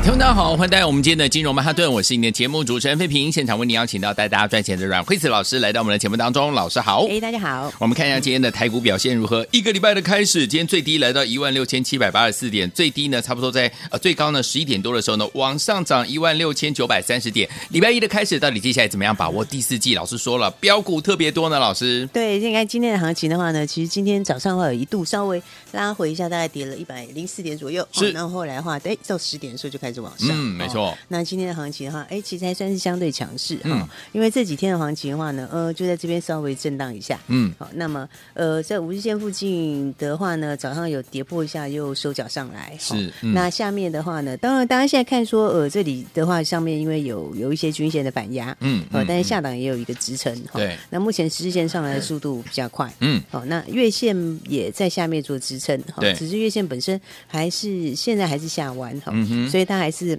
听众大家好，欢迎来到我们今天的金融曼哈顿，我是你的节目主持人费平，现场为你邀请到带大家赚钱的阮惠慈老师来到我们的节目当中，老师好。哎，大家好。我们看一下今天的台股表现如何？一个礼拜的开始，今天最低来到一万六千七百八十四点，最低呢差不多在呃最高呢十一点多的时候呢往上涨一万六千九百三十点。礼拜一的开始，到底接下来怎么样把握第四季？老师说了，标股特别多呢，老师。对，应该今天的行情的话呢，其实今天早上的话有一度稍微拉回一下，大概跌了一百零四点左右。是哦然后后来的话，哎，到十点的时候就开始往上。嗯没错那今天的行情的话，哎，其实还算是相对强势哈、嗯因为这几天的行情的话呢，呃，就在这边稍微震荡一下。嗯，好，那么呃，在五日线附近的话呢，早上有跌破一下，又收脚上来。是哦嗯那下面的话呢，当然大家现在看说，呃，这里的话上面因为有有一些均线的反压，嗯呃嗯，但是下档也有一个支撑。哈对那目前十日线上来的速度比较快。嗯，哦，那月线也在下面做支撑，哈对只是月线本身还是现在还是下弯哈、嗯哼所以它还是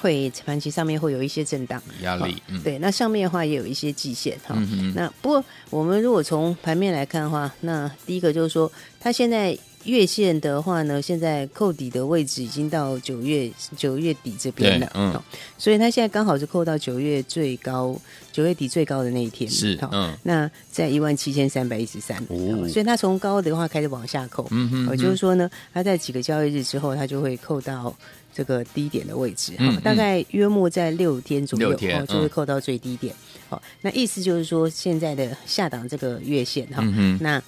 会盘期上面会有一些震荡。压力好，嗯，对，那上面的话也有一些季限哈、嗯哼那不过我们如果从盘面来看的话，那第一个就是说，它现在月线的话呢，现在扣底的位置已经到九月九月底这边对了，嗯好所以它现在刚好是扣到九月最高九月底最高的那一天，是好嗯那在一万七千三百一十三，哦所以它从高的话开始往下扣，嗯哼也嗯就是说呢，它在几个交易日之后，它就会扣到。这个低点的位置，哈嗯嗯大概约莫在六天左右，六天哦、就会嗯扣到最低点。好、那意思就是说，现在的下档这个月线哈、嗯哼，那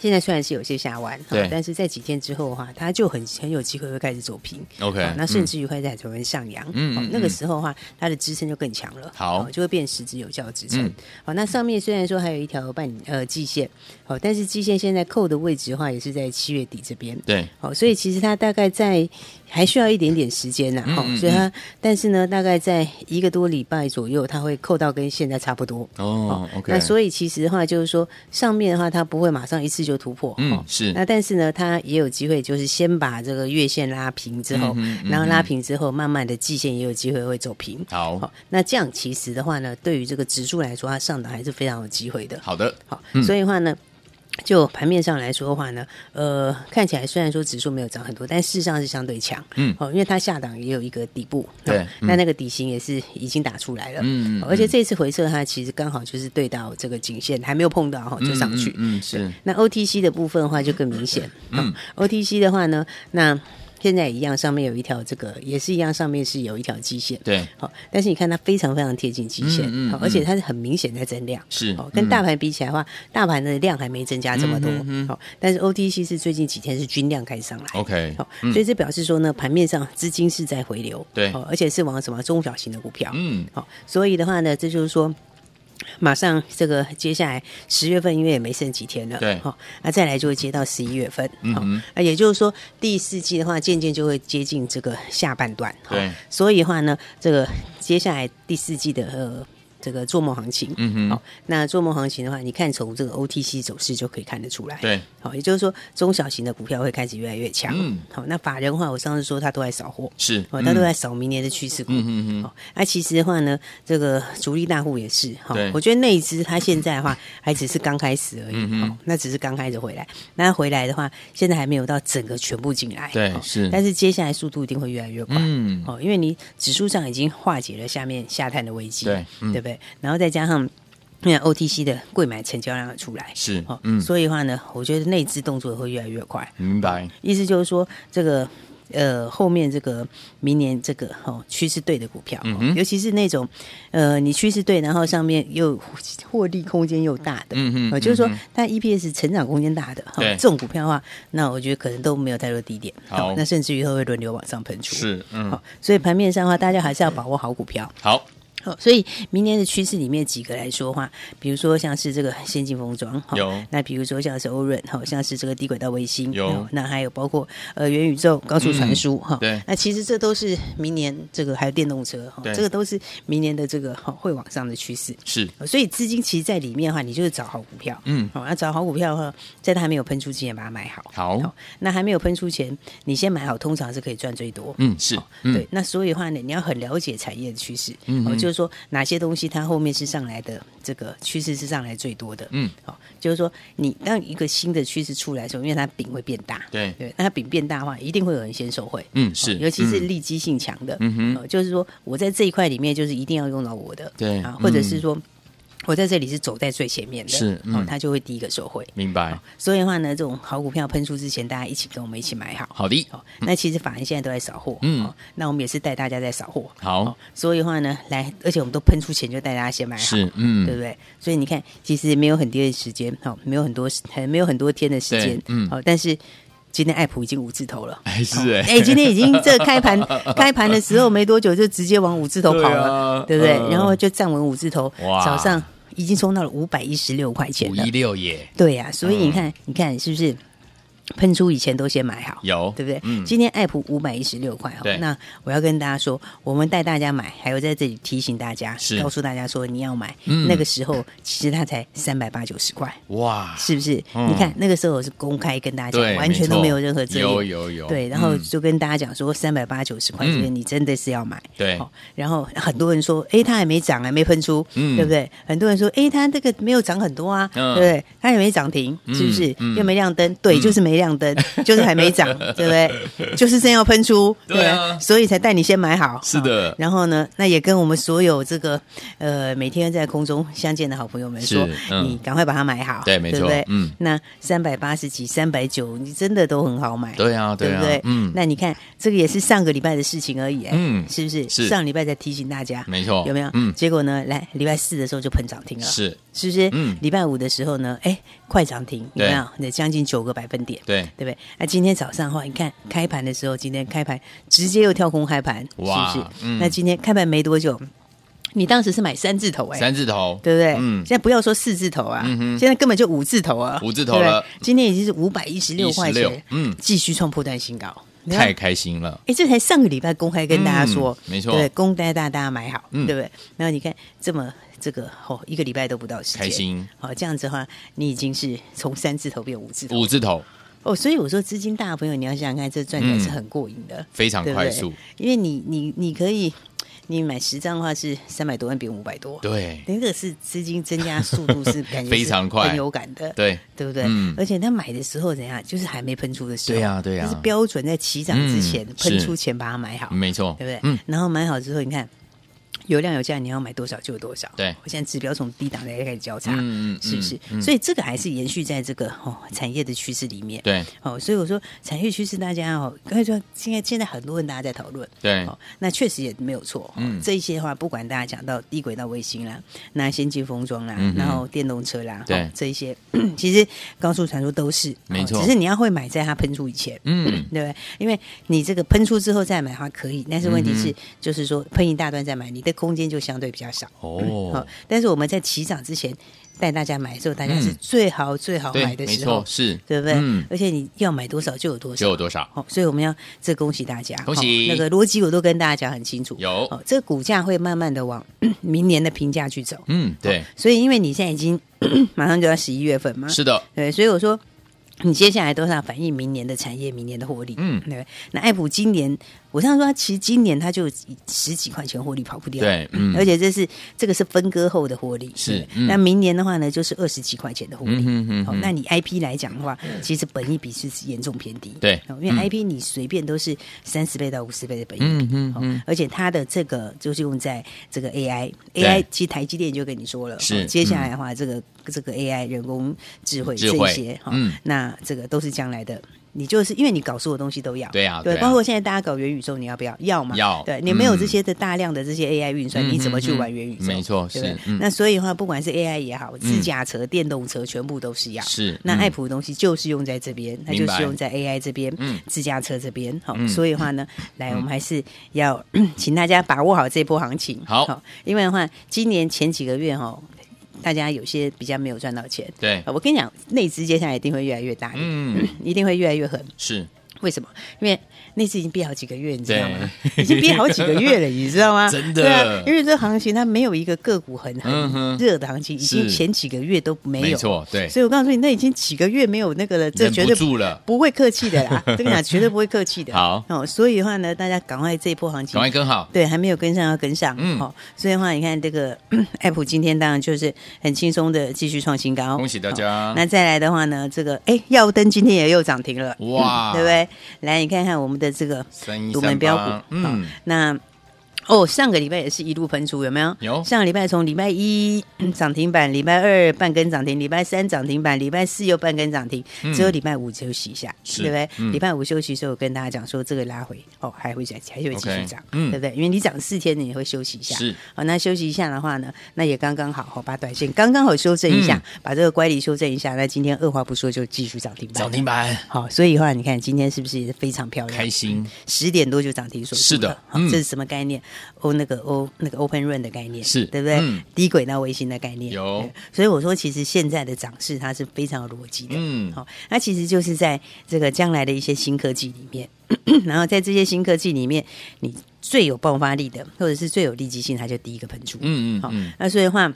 现在虽然是有些下弯，哈对但是在几天之后哈、它就很很有机会会开始走平。 OK，好哦那甚嗯至于会在走人上扬，嗯好嗯那个嗯时候的话，它的支撑就更强了，好哦就会变十字有效支撑。嗯好，哦那上面虽然说还有一条半呃季线，好，但是季线现在扣的位置的话，也是在七月底这边，对，好，所以其实它大概在还需要一点点时间呐、嗯哈、嗯所以它但是呢，大概在一个多礼拜左右，它会扣到跟现在差不多。哦，OK，那以所以其实的话，就是说上面的话，它不会马上一次就突破，嗯哦是那但是呢，它也有机会，就是先把这个月线拉平之后，嗯哼然后拉平之后，慢慢的季线也有机会会走平。好好，那这样其实的话呢，对于这个指数来说，它上涨还是非常有机会的。好的，好，嗯所以的话呢。就盘面上来说的话呢，呃，看起来虽然说指数没有涨很多，但事实上是相对强，嗯哦，因为它下档也有一个底部，对哦嗯那那个底型也是已经打出来了，嗯嗯哦而且这次回撤它其实刚好就是对到这个颈线，还没有碰到哈、哦就上去，嗯嗯嗯是那 OTC 的部分的话就更明显，嗯、，OTC 的话呢，那现在一样，上面有一条这个也是一样，上面是有一条基线，对，好，但是你看它非常非常贴近极限，好、嗯嗯嗯而且它是很明显在增量，是哦，跟大盘比起来的话，大盘的量还没增加这么嗯多，好、但是 OTC 是最近几天是均量开始上来 OK，嗯好、所以这表示说呢，盘面上资金是在回流，对哦，而且是往什么中小型的股票，嗯，好、所以的话呢，这就是说。马上，这个接下来十月份因为也没剩几天了，对嗯好、那再来就会接到十一月份，好、哼那也就是说第四季的话，渐渐就会接近这个下半段，好对所以的话呢，这个接下来第四季的呃这个做梦行情，嗯哼好、那做梦行情的话，你看从这个 OTC 走势就可以看得出来，对，好、也就是说中小型的股票会开始越来越强，嗯好、那法人的话，我上次说他都在扫货，是，哦，他都嗯在扫明年的趋势股。嗯嗯嗯哦，那、其实的话呢，这个主力大户也是哈、对嗯我觉得那一只它现在的话还只是刚开始而已，哦，那只是刚开始回来。那回来的话，现在还没有到整个全部进来，对哦是但是接下来速度一定会越来越快，嗯哦，因为你指数上已经化解了下面下探的危机，对嗯对不对？然后再加上。那 OTC 的贵买成交量的出来是哦，嗯所以的话呢，我觉得内资动作会越来越快，明白，意思就是说，这个呃，后面这个明年这个哦趋势对的股票、嗯哦尤其是那种呃你趋势对，然后上面又获利空间又大的，嗯哼哦就是说嗯哼它 EPS 成长空间大的，哦对这种股票的话，那我觉得可能都没有太多低点，哦好那甚至于都会轮流往上喷出，哦是，嗯好、，所以盘面上的话，大家还是要把握好股票。好，哦所以明年的趋势里面几个来说话，比如说像是这个先进封装，哈有那比如说像是欧润，哈，像是这个低轨道卫星，有嗯哦那还有包括呃元宇宙、高速传输，哈、对那其实这都是明年这个还有电动车，哈对这个都是明年的这个哈会往上的趋势。是哦所以资金其实在里面的话，你就是找好股票，嗯好、那找好股票的话，在它还没有喷出之前把它买好，好那还没有喷出前，你先买好，通常是可以赚最多，嗯是嗯对，那所以的话呢，你要很了解产业的趋势，嗯哦，嗯就是说哪些东西它后面是上来的，这个趋势是上来最多的，嗯，哦，就是说你当一个新的趋势出来的时候，因为它饼会变大，对对，那它饼变大的话，一定会有人先受惠，嗯是哦尤其是嗯利基性强的，嗯哼哦，就是说我在这一块里面就是一定要用到我的，对啊，或者是嗯说。我在这里是走在最前面的，是哦嗯，它就会第一个受惠。明白，所以的话呢，这种好股票喷出之前，大家一起跟我们一起买好。好的，哦，那其实法人现在都在扫货，嗯嗯、那我们也是带大家在扫货，哦好所以的话呢，来，而且我们都喷出钱就带大家先买好，是对不嗯对？所以你看，其实没有很多的时间，哦，没有很多，还没有很多天的时间对，嗯哦，但是今天爱普已经五字 头了。还是哎哎，今 天已经这开盘开盘的时候没多久就直接往五字头跑了，对对啊不对？嗯然后就站稳五字头，哇早上已经冲到了五百一十六块钱五了一。嗯六耶对呀、所以你看，你看是不是？喷出以前都先买好，有对不对？嗯今天爱普五百一十六块哦对，那我要跟大家说，我们带大家买，还有在这里提醒大家是，告诉大家说你要买，嗯那个时候其实它才三百八九十块，哇是不是？嗯你看那个时候我是公开跟大家讲，对完全都没有任何没错遮有掩。有有对，然后嗯就跟大家讲说，三百八九十块嗯哎这边你真的是要买，对哦然后很多人说，哎，它还没涨，还没喷出，嗯对不对？很多人说，哎，它这个没有涨很多啊，嗯对不对？它也没涨停，是不是？嗯又没亮灯，对，就是没亮灯，就是还 没涨，对不对？就是正要喷出，对啊不所以才带你先买好，是的哦然后呢，那也跟我们所有这个呃每天在空中相见的好朋友们说是，嗯你赶快把它买好，对没错不对？嗯那三百八十几、三百九，你真的都很好买，对啊对啊不对？嗯那你看这个也是上个礼拜的事情而已，哎嗯是不是？是上礼拜在提醒大家，没错有没有？嗯结果呢，来礼拜四的时候就喷涨停了，是是不是？嗯礼拜五的时候呢，哎，快涨停，有对没有？那将近九个百分点，对对不对？那今天早上的话，你看开盘的时候，今天开盘直接又跳空开盘，是哇不是？嗯那今天开盘没多久，你当时是买三字头哎、三字头对不对？嗯现在不要说四字头啊，嗯哼现在根本就五字头啊，五字头了对不对今天已经是五百一十六块116钱，嗯继续创破断新高，你看太开心了哎，这才上个礼拜公开跟大家说，嗯没错对不对，公开大家买好，嗯对不对？然后你看这么这个哦，一个礼拜都不到时间，开心。好、这样子的话，你已经是从三字头变五字头五字头哦，所以我说资金大的朋友，你要想想看，这赚起来是很过瘾的，非常对嗯不快对速，因为你你你可以，你买十张的话是三百多万变五百多，对那个是资金增加速度 是感觉非常快是很有感的，对对不对？嗯而且他买的时候怎样，就是还没喷出的时候，对呀对呀啊就是标准在起涨之前、嗯喷是出前把它买好，没错对不对？嗯然后买好之后，你看有量有价，你要买多少就有多少。对我现在指标从低档再开始交叉，嗯嗯嗯是不是？嗯所以这个还是延续在这个哦产业的趋势里面。对哦，所以我说产业趋势，大家哦，刚才说现在现在很多人大家在讨论，对哦，那确实也没有错。哎哦嗯这一些的话，不管大家讲到低轨道卫星啦，那先进封装啦，嗯哼然后电动车啦，对哦这一些 其实高速传输都是哦没错只是你要会买在它喷出以前，嗯对不对？因为你这个喷出之后再买的话可以，但是问题是，嗯就是说喷一大段再买，你的空间就相对比较少。好、哦但是我们在起涨之前带大家买的时候，大家嗯是最好最好对买的没时错候，是对不对？嗯而且你要买多少就有多就有少。多少哦，所以我们要这恭喜大家，恭喜哦那个逻辑我都跟大家讲很清楚。有哦，这个股价会慢慢的往明年的评价去走。嗯对所以因为你现在已经马上就要十一月份嘛，是的对，所以我说。你接下来都是要反映明年的产业、明年的获利，嗯对。那艾普今年，我上次说它其实今年它就十几块钱获利跑不掉，对嗯而且这是这个是分割后的获利，是对嗯那明年的话呢，就是二十几块钱的获利。嗯哼嗯好、哼那你 IP 来讲的话，其实本益比是严重偏低，对哦因嗯为 IP 你随便都是三十倍到五十倍的本益比，嗯嗯哦嗯而且它的这个就是用在这个 AI，AI 对其实台积电就跟你说了，是嗯哦接下来的话，这个这个 AI 人工智慧智这慧一些哈、哦嗯那这个都是将来的。你就是因为你搞所有东西都要，对啊对对，啊包括现在大家搞元宇宙，你要不要？要嘛，要对，你没有嗯这些的大量的这些 AI 运嗯算，你怎么去嗯嗯玩元宇宙？没错对不对是嗯那所以的话，不管是 AI 也好，自驾车、电动车，全部都是要。是那嗯爱普的东西就是用在这边，它明就白是用在 AI 这边嗯，自驾车这边。好嗯，所以的话呢，来，我们还是要 请大家把握好这波行情。好因为的话，今年前几个月哈，大家有些比较没有赚到钱。对呃，我跟你讲，内资接下来一定会越来越大力，嗯，一定会越来越狠。是为什么？因为内资已经憋好几个月，你知道吗？对 已经憋好几个月了，你知道 吗？真的对啊，因为这行情它没有一个个股很嗯很哼热的行情，已经是前几个月都没没有。错，对，所以我告诉你，那已经几个月没有那个了，这忍绝不对住了，不会客气的啦。这个讲绝对不会客气的。好哦，所以的话呢，大家赶快这一波行情赶快跟好，对，还没有跟上要跟上，嗯好、所以的话，你看这个 爱普今天当然就是很轻松的继续创新高，恭喜大好家，那再来的话呢，这个哎耀登今天也又涨停了，哇嗯对不对？来，你看看我们的这个三一独门三标八股，，好嗯，那。哦，上个礼拜也是一路喷出，有没有？有上个礼拜从礼拜一 嗯涨停板，礼拜二半根涨停，礼拜三涨停板，礼拜四又半根涨停，嗯只有礼拜五休息一下，是对不对？嗯礼拜五休息的时候，我跟大家讲说这个拉回，哦，还会再还会继续 OK，涨，嗯对不对？因为你涨四天，你也会休息一下。是好，那休息一下的话呢，那也刚刚好，好把短线刚刚好修正一下，嗯把这个乖离修正一下。那今天二话不说就继续涨停板，涨停。板，好，所以的话，你看今天是不是非常漂亮？开心，十点多就涨停锁住是的了好嗯这是什么概念？哦，那个哦，那个 Open Run 的概念是对不对？嗯低轨道卫星的概念有对所以我说，其实现在的涨势它是非常有逻辑的。嗯好、那其实就是在这个将来的一些新科技里面， 然后在这些新科技里面，你最有爆发力的，或者是最有利基性，它就第一个喷出。嗯好、嗯那所以的话，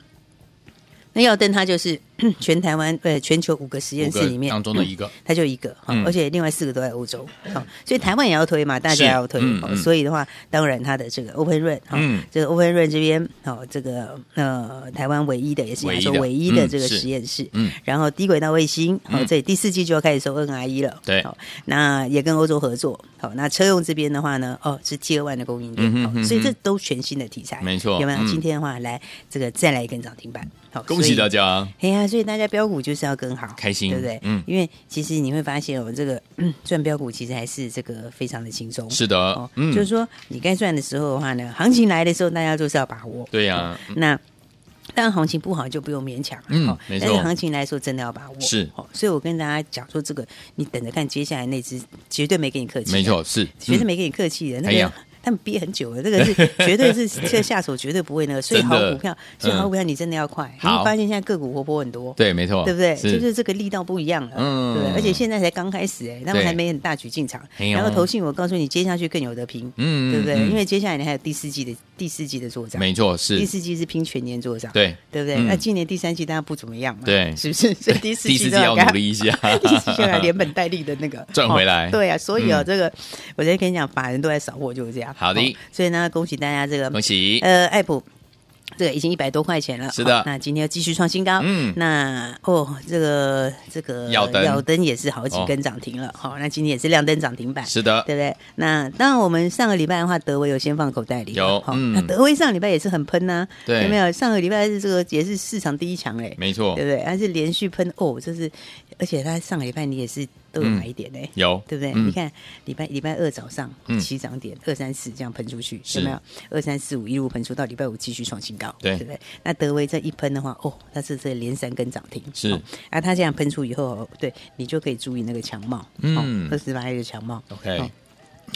那耀登它就是 全台湾呃全球五个实嗯，验五室个里面当中的一个，它就一个，哈嗯而且另外四个都在欧洲，好，所以台湾也要推嘛，大家也要推，嗯哦嗯所以的话，当然它的这个 Open Run，哈嗯这个 Open Run 这边，哦，这个呃，台湾唯一的，也是亚洲唯一的唯一的嗯这个是实验室，嗯，然后低轨道卫星，好，嗯这里第四季就要开始收 NRE 了，对好，那也跟欧洲合作，好，那车用这边的话呢，哦，是 T 二万的供嗯应哼链，嗯好哼所以这都全新的题材，没错有没有？嗯今天的话，来这个再来一根涨停板，好，恭喜所以大家，哎呀，所以大家标股就是要跟好，开心对不对？嗯因为其实你会发现，我们这个嗯赚标股其实还是这个非常的轻松。哦是的，嗯，就是说你该赚的时候的话呢，行情来的时候，大家就是要把握。对呀哦那。当然，行情不好就不用勉强了。嗯哦没错但是行情来说，真的要把握。是哦，所以我跟大家讲说，这个你等着看，接下来那只绝对没跟你客气。没，错，是，绝嗯对没跟你客气的。那哎个呀他们憋很久了，这个是绝对是这个下手绝对不会那个。所以真好的嗯股票，所以好股票你真的要快。你好会发现现在个股活泼很多。对，没错，对不对？是就是这个力道不一样了，嗯对不对，而且现在才刚开始哎、他们对还没很大举进场。哎呦然后投信，我告诉你，接下去更有得拼，嗯对不对？嗯因为接下来你还有第四季的第四季的做账，没错，第是，四季是拼全年做账，对，对不对？嗯那今年第三季大家不怎么样嘛，对是不是？所以第四第四季季都要要给他努力一下， 第四季要来连本带利的那个赚回来哦对啊，所以啊，嗯这个我在跟你讲，法人都在扫货，就是这样。好的哦所以呢，恭喜大家这个恭喜，呃，爱普。这个已经一百多块钱了，是的好那今天要继续创新高，嗯那哦，这个这个耀灯耀灯也是好几根涨停了，好、那今天也是亮灯涨停板，哦是的，对不对？那当然，我们上个礼拜的话，德威有先放口袋里了，有好嗯那德威上个礼拜也是很喷呐、对有没有？上个礼拜是这个也是市场第一强哎、没错对，不对？它是连续喷哦，这是，而且它上个礼拜你也是都有嗯买一点哎、有，对不对？嗯你，看礼拜礼拜二早上嗯起涨点二三四这样喷出去，是有没有？二三四五一路喷出到礼拜五继续创新高，对不对？那德威这一喷的话，哦，它是这连三根涨停，是哦啊，它这样喷出以后，哦对你就可以注意那个强帽，嗯二十八一个强帽 OK 哦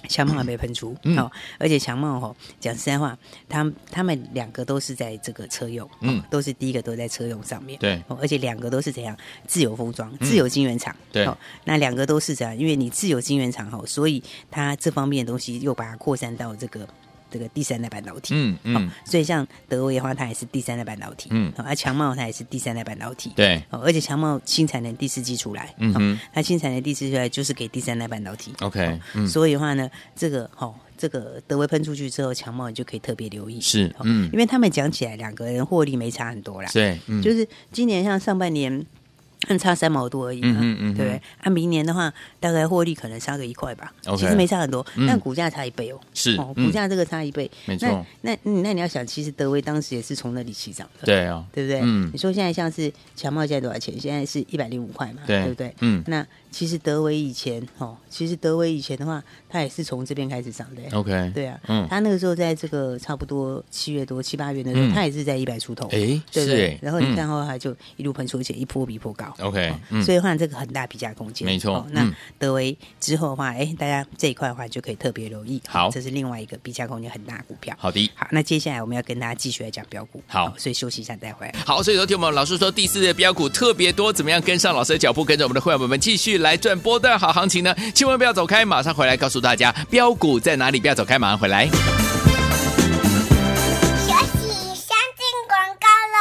强帽还没喷出，好、嗯而且强帽哦，讲实在话，他们他们两个都是在这个车用，嗯哦都是第一个都在车用上面，对嗯哦，而且两个都是怎样自有封装、自有晶圆厂，对哦那两个都是这样，因为你自有晶圆厂哈，哦所以它这方面的东西又把它扩散到这个这个第三代半导体，嗯嗯哦，所以像德威的话，它也是第三代半导体，嗯哦，而强茂它也是第三代半导体，对哦，而且强茂新产能第四季出来，嗯哼哦，它新产能第四季出来就是给第三代半导体， ，OK，嗯，所以的话呢，这个哦，这个德威喷出去之后，强茂你就可以特别留意，是哦嗯啊因为他们讲起来两个人获利没差很多啦，对，嗯就是今年像上半年。嗯，差三毛多而已嗯嘛，嗯嗯嗯对不对？啊，明年的话，大概获利可能差个一块吧 OK 其实没差很多，嗯但股价差一倍哦，是哦，嗯股价这个差一倍，没错那那嗯那你要想，其实德威当时也是从那里起涨的，对啊，对不对？嗯你说现在像是强茂现在多少钱？现在是一百零五块嘛，对对不对？嗯那其实德威以前哦，其实德威以前的话，它也是从这边开始涨的、 ，OK，对啊，嗯嗯，他那个时候在这个差不多七月多七八月的时候，嗯他也是在一百出头，诶对不是对诶？然后你看后来就一路喷出，而且一波比一波高， ，OK，嗯，哦所以的话这个很大比价空间，没错哦那嗯德维之后的话，哎，大家这一块的话就可以特别留意，好这是另外一个比价空间很大的股票。好的。好，那接下来我们要跟大家继续来讲标股，好哦所以休息一下，待会儿。好，所以昨天我们老师说第四的标股特别多，怎么样跟上老师的脚步，跟着我们的会员们继续来赚波段好行情呢？千万不要走开，马上回来告诉大家标股在哪里，不要走开，马上回来。学习先进广告喽。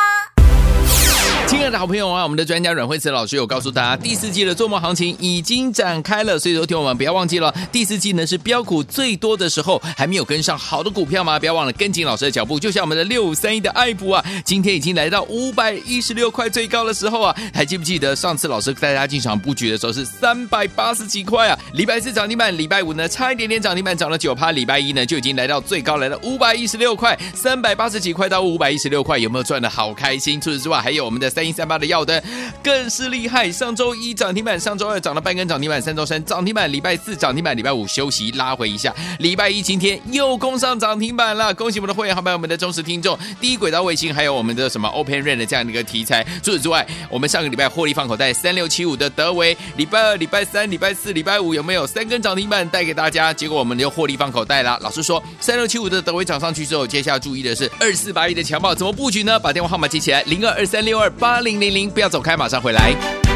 亲爱的好朋友啊，我们的专家阮慧慈老师有告诉大家，第四季的做梦行情已经展开了，所以昨天我们不要忘记了，第四季呢是标股最多的时候，还没有跟上好的股票吗？不要忘了跟紧老师的脚步，就像我们的六三一的爱普啊，今天已经来到五百一十六块最高的时候啊，还记不记得上次老师带大家进场布局的时候是三百八十几块啊？礼拜四涨停板，礼拜五呢差一点点涨停板涨了九趴，礼拜一呢就已经来到最高来了五百一十六块，三百八十几块到五百一十六块，有没有赚的好开心？除此之外，还有我们的三一三八的耀灯更是厉害，上周一涨停板，上周二涨了半根涨停板，上周三涨停板，礼拜四涨停板，礼拜五休息拉回一下，礼拜一今天又攻上涨停板了，恭喜我们的会员好朋友们的忠实听众，第一轨道卫星还有我们的什么 Open r a n 的这样的一个题材。除此之外，我们上个礼拜获利放口袋三六七五的德维，礼拜二、礼拜三、礼拜四、礼拜五有没有三根涨停板带给大家？结果我们就获利放口袋啦。老师说，三六七五的德维涨上去之后，接下来注意的是二四八一的强暴怎么布局呢？把电话号码记起来，零二二三六二八零零零，不要走开，马上回来。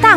大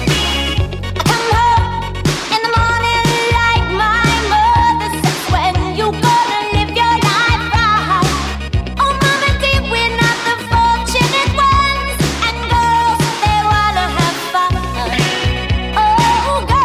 Come home in the morning like my mother says when you gonna live your life right. Oh, mama, dear, we're not the fortunate ones, and girls they wanna have fun. Oh, "Oh, "Oh, Oh, Oh,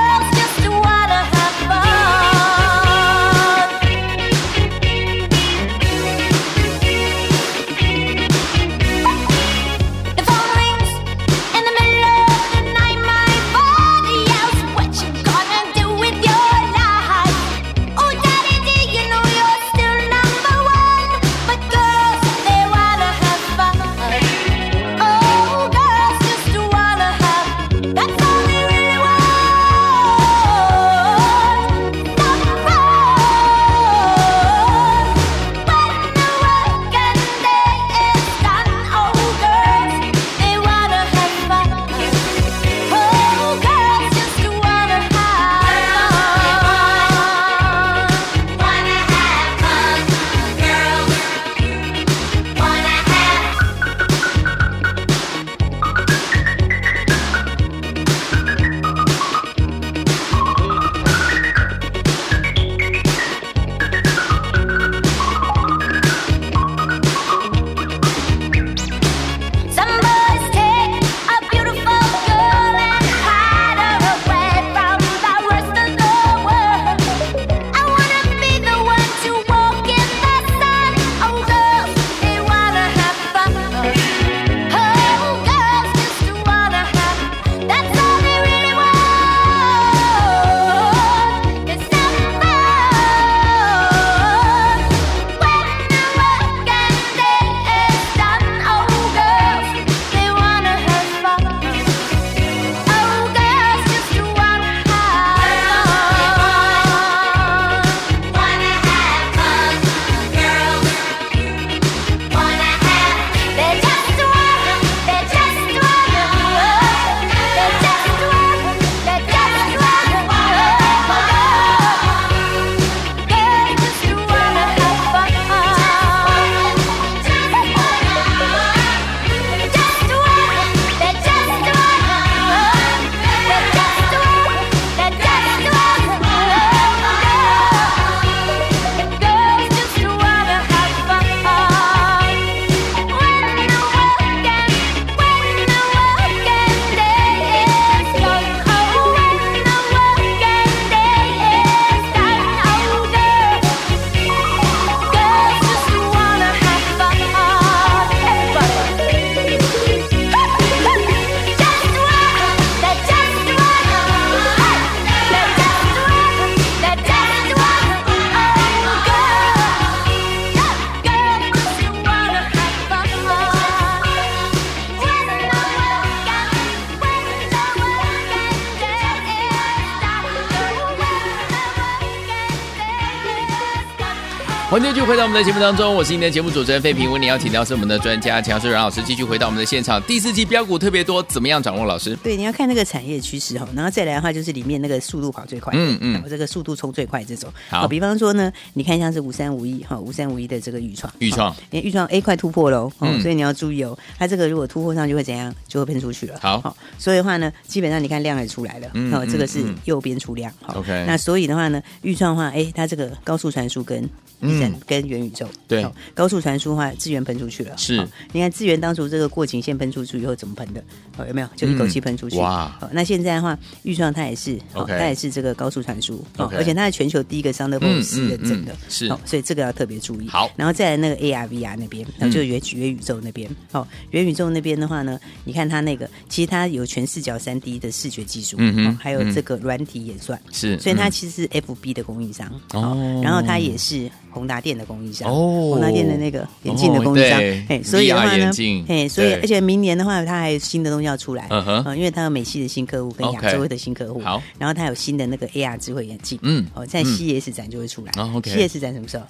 欢迎继续回到我们的节目当中，我是您的节目主持人费平，为您邀请到是我们的专家强势阮老师，继续回到我们的现场。第四季标股特别多，怎么样掌握？老师，对，你要看那个产业趋势哈，然后再来的话就是里面那个速度跑最快，嗯嗯然后这个速度冲最快这种。好比方说呢，你看像是五三五一哈，五三五一的这个预创，预创哦，因为预创 A 快突破喽，哦嗯，所以你要注意哦，它这个如果突破上就会怎样，就会喷出去了。好哦所以的话呢，基本上你看量也出来了，嗯哦嗯，这个是嗯右边出量哦 OK 那所以的话呢，预创的话，哎，它这个高速传输跟嗯嗯跟元宇宙，对哦高速传输的话，资源喷出去了，是哦你看资源当初这个过颈线喷出去以后怎么喷的？哦，有没有？就一口气嗯喷出去。哇哦，那现在的话，预算它也是，哦 OK 它也是这个高速传输，哦 OK 而且它是全球第一个 Thunderbolt 嗯认证的嗯，是哦，所以这个要特别注意。好嗯然后再来那个 AR VR 那边，然后就是元元宇宙那边，哦，元宇宙那边的话呢，你看它那个，其实它有全视角三 D 的视觉技术，嗯哼哦还有嗯这个软体演算，是所以它嗯其实是 FB 的供应商，哦然后它也是宏达电的供应商，哦宏达电的那个眼镜的供应商哦对，哎，所以的话 VR 眼呢镜，哎，所以对而且明年的话，它还有新的东西要出来，嗯哼呃因为它有美系的新客户跟 OK 亚洲的新客户，好，然后它有新的那个 AR 智慧眼镜，嗯哦，在嗯 CES 展就会出来哦，OK ，CES 展什么时候？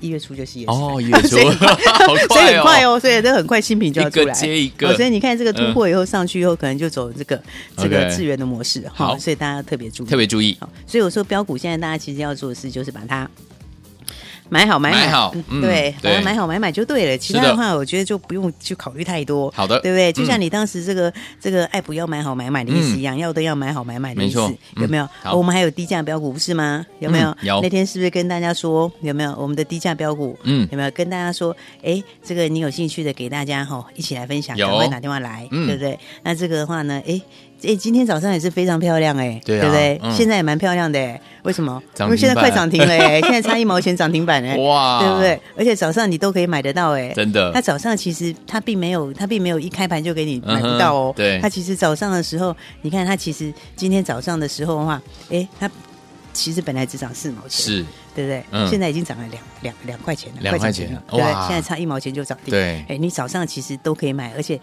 一月初就 CES 展 哦，月初，所以很快好所以很快哦，哦，所以这很快新品就要出来，一个接一个嗯哦所以你看这个突破以后上去以后，可能就走这个这 OK 个资源的模式哈好所以大家要特别注意，特别注意，好，所以我说标股现在大家其实要做的事就是把它。买好买买好嗯对，对把它买好买买就对了。其他是的的话，我觉得就不用去考虑太多。好的对不对？就像嗯你当时这个这个爱普要买好买买的意思一样，要的要买好买买的没意思错，有没有嗯？好哦我们还有低价标股不是吗？有没有嗯？有那天是不是跟大家说有没有我们的低价标股？嗯有没有跟大家说？哎，这个你有兴趣的，给大家哈一起来分享，有赶快打电话来，嗯对不对？那这个的话呢，哎。哎，今天早上也是非常漂亮哎、对啊不对？嗯现在也蛮漂亮的哎、为什么？涨停板因为现在快涨停 了哎、现在差一毛钱涨停板哎、哇对不对？而且早上你都可以买得到哎、真的那早上其实它并没有，它并没有一开盘就给你买嗯哼不到哦。对它其实早上的时候，你看它其实今天早上的时候的话，哎，它其实本来只涨四毛钱，是对不对？嗯现在已经涨了两两两块钱了，两块钱快涨停了对不啊哇对，现在差一毛钱就涨停。对哎，你早上其实都可以买，而且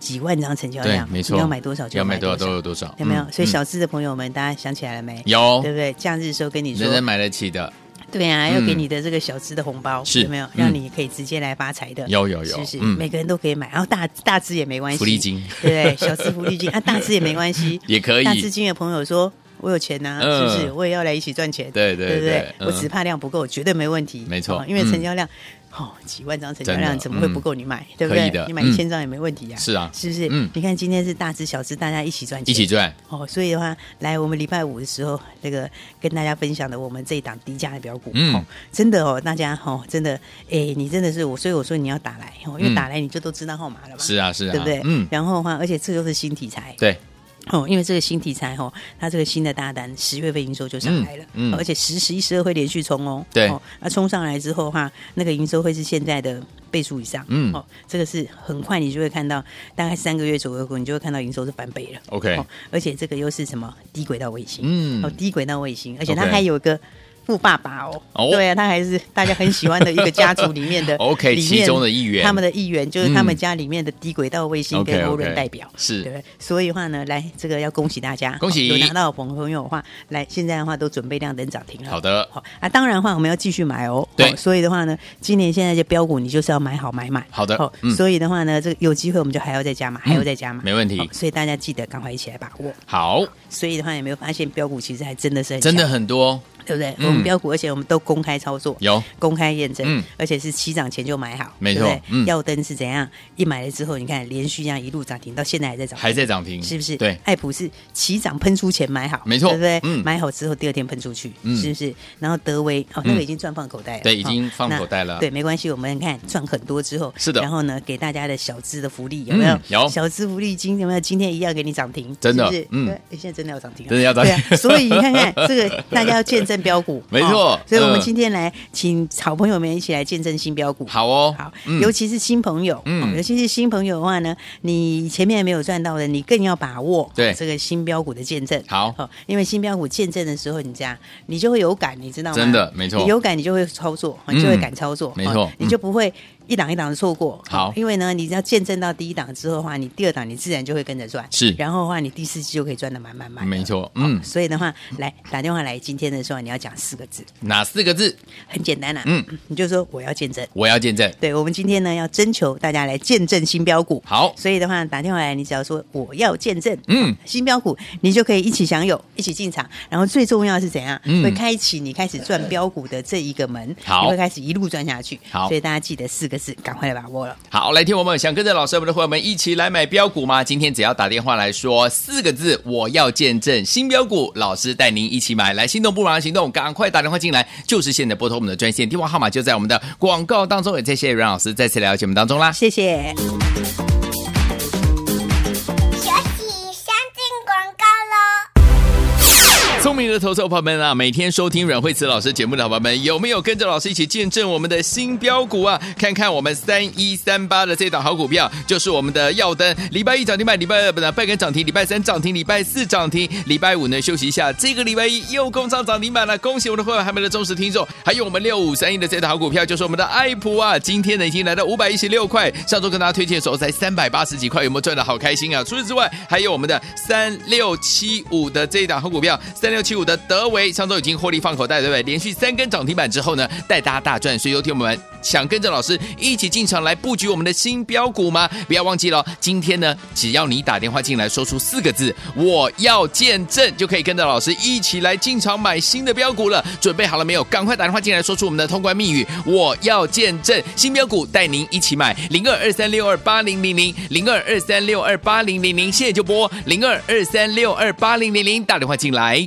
几万张成交对量，，没错，你要买多少就要买多多少都有多少，有没有嗯？所以小嗯资的朋友们，大家想起来了没？有对不对？假日的时候跟你说人，人买得起的，对啊，要给嗯你的这个小资的红包，是有没有嗯？让你可以直接来发财的，有有有是不是？嗯每个人都可以买，然后大大资也没关系，福利金对不对？小资福利金啊，大资也没关系， 也可以大资金的朋友说。我有钱呐、嗯是不是？我也要来一起赚钱，对对对不对嗯我只怕量不够，绝对没问题，没错嗯哦因为成交量，哦，几万张成交真量的怎么会不够你买？对不可以对的？你买嗯一千张也没问题呀、是啊是不是？嗯你看今天是大资小资，大家一起赚钱，一起赚，哦，所以的话，来我们礼拜五的时候，那个跟大家分享的我们这一档低价的标股，嗯哦，真的哦，大家哦，真的，哎，你真的是我，所以我说你要打来哦，因嗯为打来你就都知道号码了嘛，是啊是啊，对不对？嗯，然后的话，而且这又是新题材，对，哦，因为这个新题材哦，它这个新的大单十月份营收就上来了，嗯嗯哦而且十、十一、十二会连续冲哦，对哦，那、冲上来之后的话，那个营收会是现在的倍数以上，嗯哦，这个是很快你就会看到，大概三个月左右，你就会看到营收是翻倍了 OK 哦，而且这个又是什么低轨道卫星，嗯哦，低轨道卫星，而且它 OK 还有一个。富爸爸哦，哦对啊，他还是大家很喜欢的一个家族里面的 OK，里面其中的一员他们的一员就是他们嗯家里面的低轨道卫星 OK，跟欧 OK 润代表，是对，所以的话呢，来这个要恭喜大家，恭喜有拿到的朋友的话，来现在的话都准备亮灯涨停了。好的好啊，当然的话我们要继续买哦。对哦所以的话呢，今年现在就标股你就是要买好买满。好的哦嗯，所以的话呢，这个有机会我们就还要再加码，还要再加码，没问题好所以大家记得赶快一起来把握。好，所以的话，有没有发现标股其实还真的是很真的强很多，对不对？嗯我们标股，而且我们都公开操作，有公开验证，嗯而且是起涨前就买好，没错对不对嗯耀灯是怎样？一买了之后，你看连续这样一路涨停，到现在还在涨，还在涨停，是不是？对，爱普是起涨喷出前买好，没错对不对？嗯买好之后第二天喷出去，嗯是不是？然后德威哦，那嗯个已经赚放口袋了，对哦已经放口袋了那对，没关系，我们看赚很多之后，是的然后呢，给大家的小资的福利有没有嗯？有小资福利金有没有？今天一样给你涨停，真的是不是？嗯对，诶现在真的要涨停啊，真的要涨停 对啊所以你看看这个，大家要见证标股，没错哦所以我们嗯今天来请好朋友们一起来见证新标股，好哦，好，嗯尤其是新朋友，嗯嗯，尤其是新朋友的话呢，你前面没有赚到的，你更要把握哦对这个新标股的见证。好哦，因为新标股见证的时候，你这样你就会有感，你知道吗？真的没错你有感你就会操作，嗯你就会敢操作，没错嗯哦你就不会一档一档的错过。哦好因为呢，你要见证到第一档之后的话，你第二档你自然就会跟着赚，是然后的话，你第四季就可以赚的满满满。没。错，嗯，所以的话，来打电话来，今天的时候你要讲四个字，哪四个字？很简单啦、啊嗯，你就说我要见证。我要见证。对，我们今天呢要征求大家来见证新标股。好，所以的话，打电话来，你只要说我要见证，嗯，新标股，你就可以一起享有，一起进场。然后最重要的是怎样，嗯会开启你开始赚标股的这一个门，好你会开始一路赚下去。好所以大家记得四个字，赶快来把握了。好，来听我们想跟着老师我们的伙伴们一起来买标股吗？今天只要打电话来说四个字，我要见证新标股，老师带您一起买。来，心动不马上行动，赶快打电话进来，就是现在拨通我们的专线，电话号码就在我们的广告当中。也谢谢阮老师再次来到节目当中啦。谢谢。学习先进广告喽。聪明的投资者朋友们啊，每天收听阮慧慈老师节目的伙伴们，有没有跟着老师一起见证我们的新标股啊？看看我们三一三八的这档好股票，就是我们的耀登，礼拜一涨停板，礼拜二呢拜跟涨停，礼拜三涨停，礼拜四涨停，礼拜五呢休息一下，这个礼拜一又攻上涨停板了，恭喜我们的会员还有我们的忠实听众，还有我们六五三一的这档好股票，就是我们的爱普啊，今天呢已经来到五百一十六块，上周跟大家推荐的时候才三百八十几块，有没有赚的好开心啊？除此之外，还有我们的三六七五的这一档好股票，三六七五的德维上周已经获利放口袋，对不对？连续三根涨停板之后呢，带大家大赚。所以，有听我们想跟着老师一起进场来布局我们的新标股吗？不要忘记了，今天呢，只要你打电话进来，说出四个字“我要见证”，就可以跟着老师一起来进场买新的标股了。准备好了没有？赶快打电话进来，说出我们的通关密语“我要见证新标股”，带您一起买零二二三六二八零零零零二二三六二八零零零，现在就拨零二二三六二八零零零打电话进来。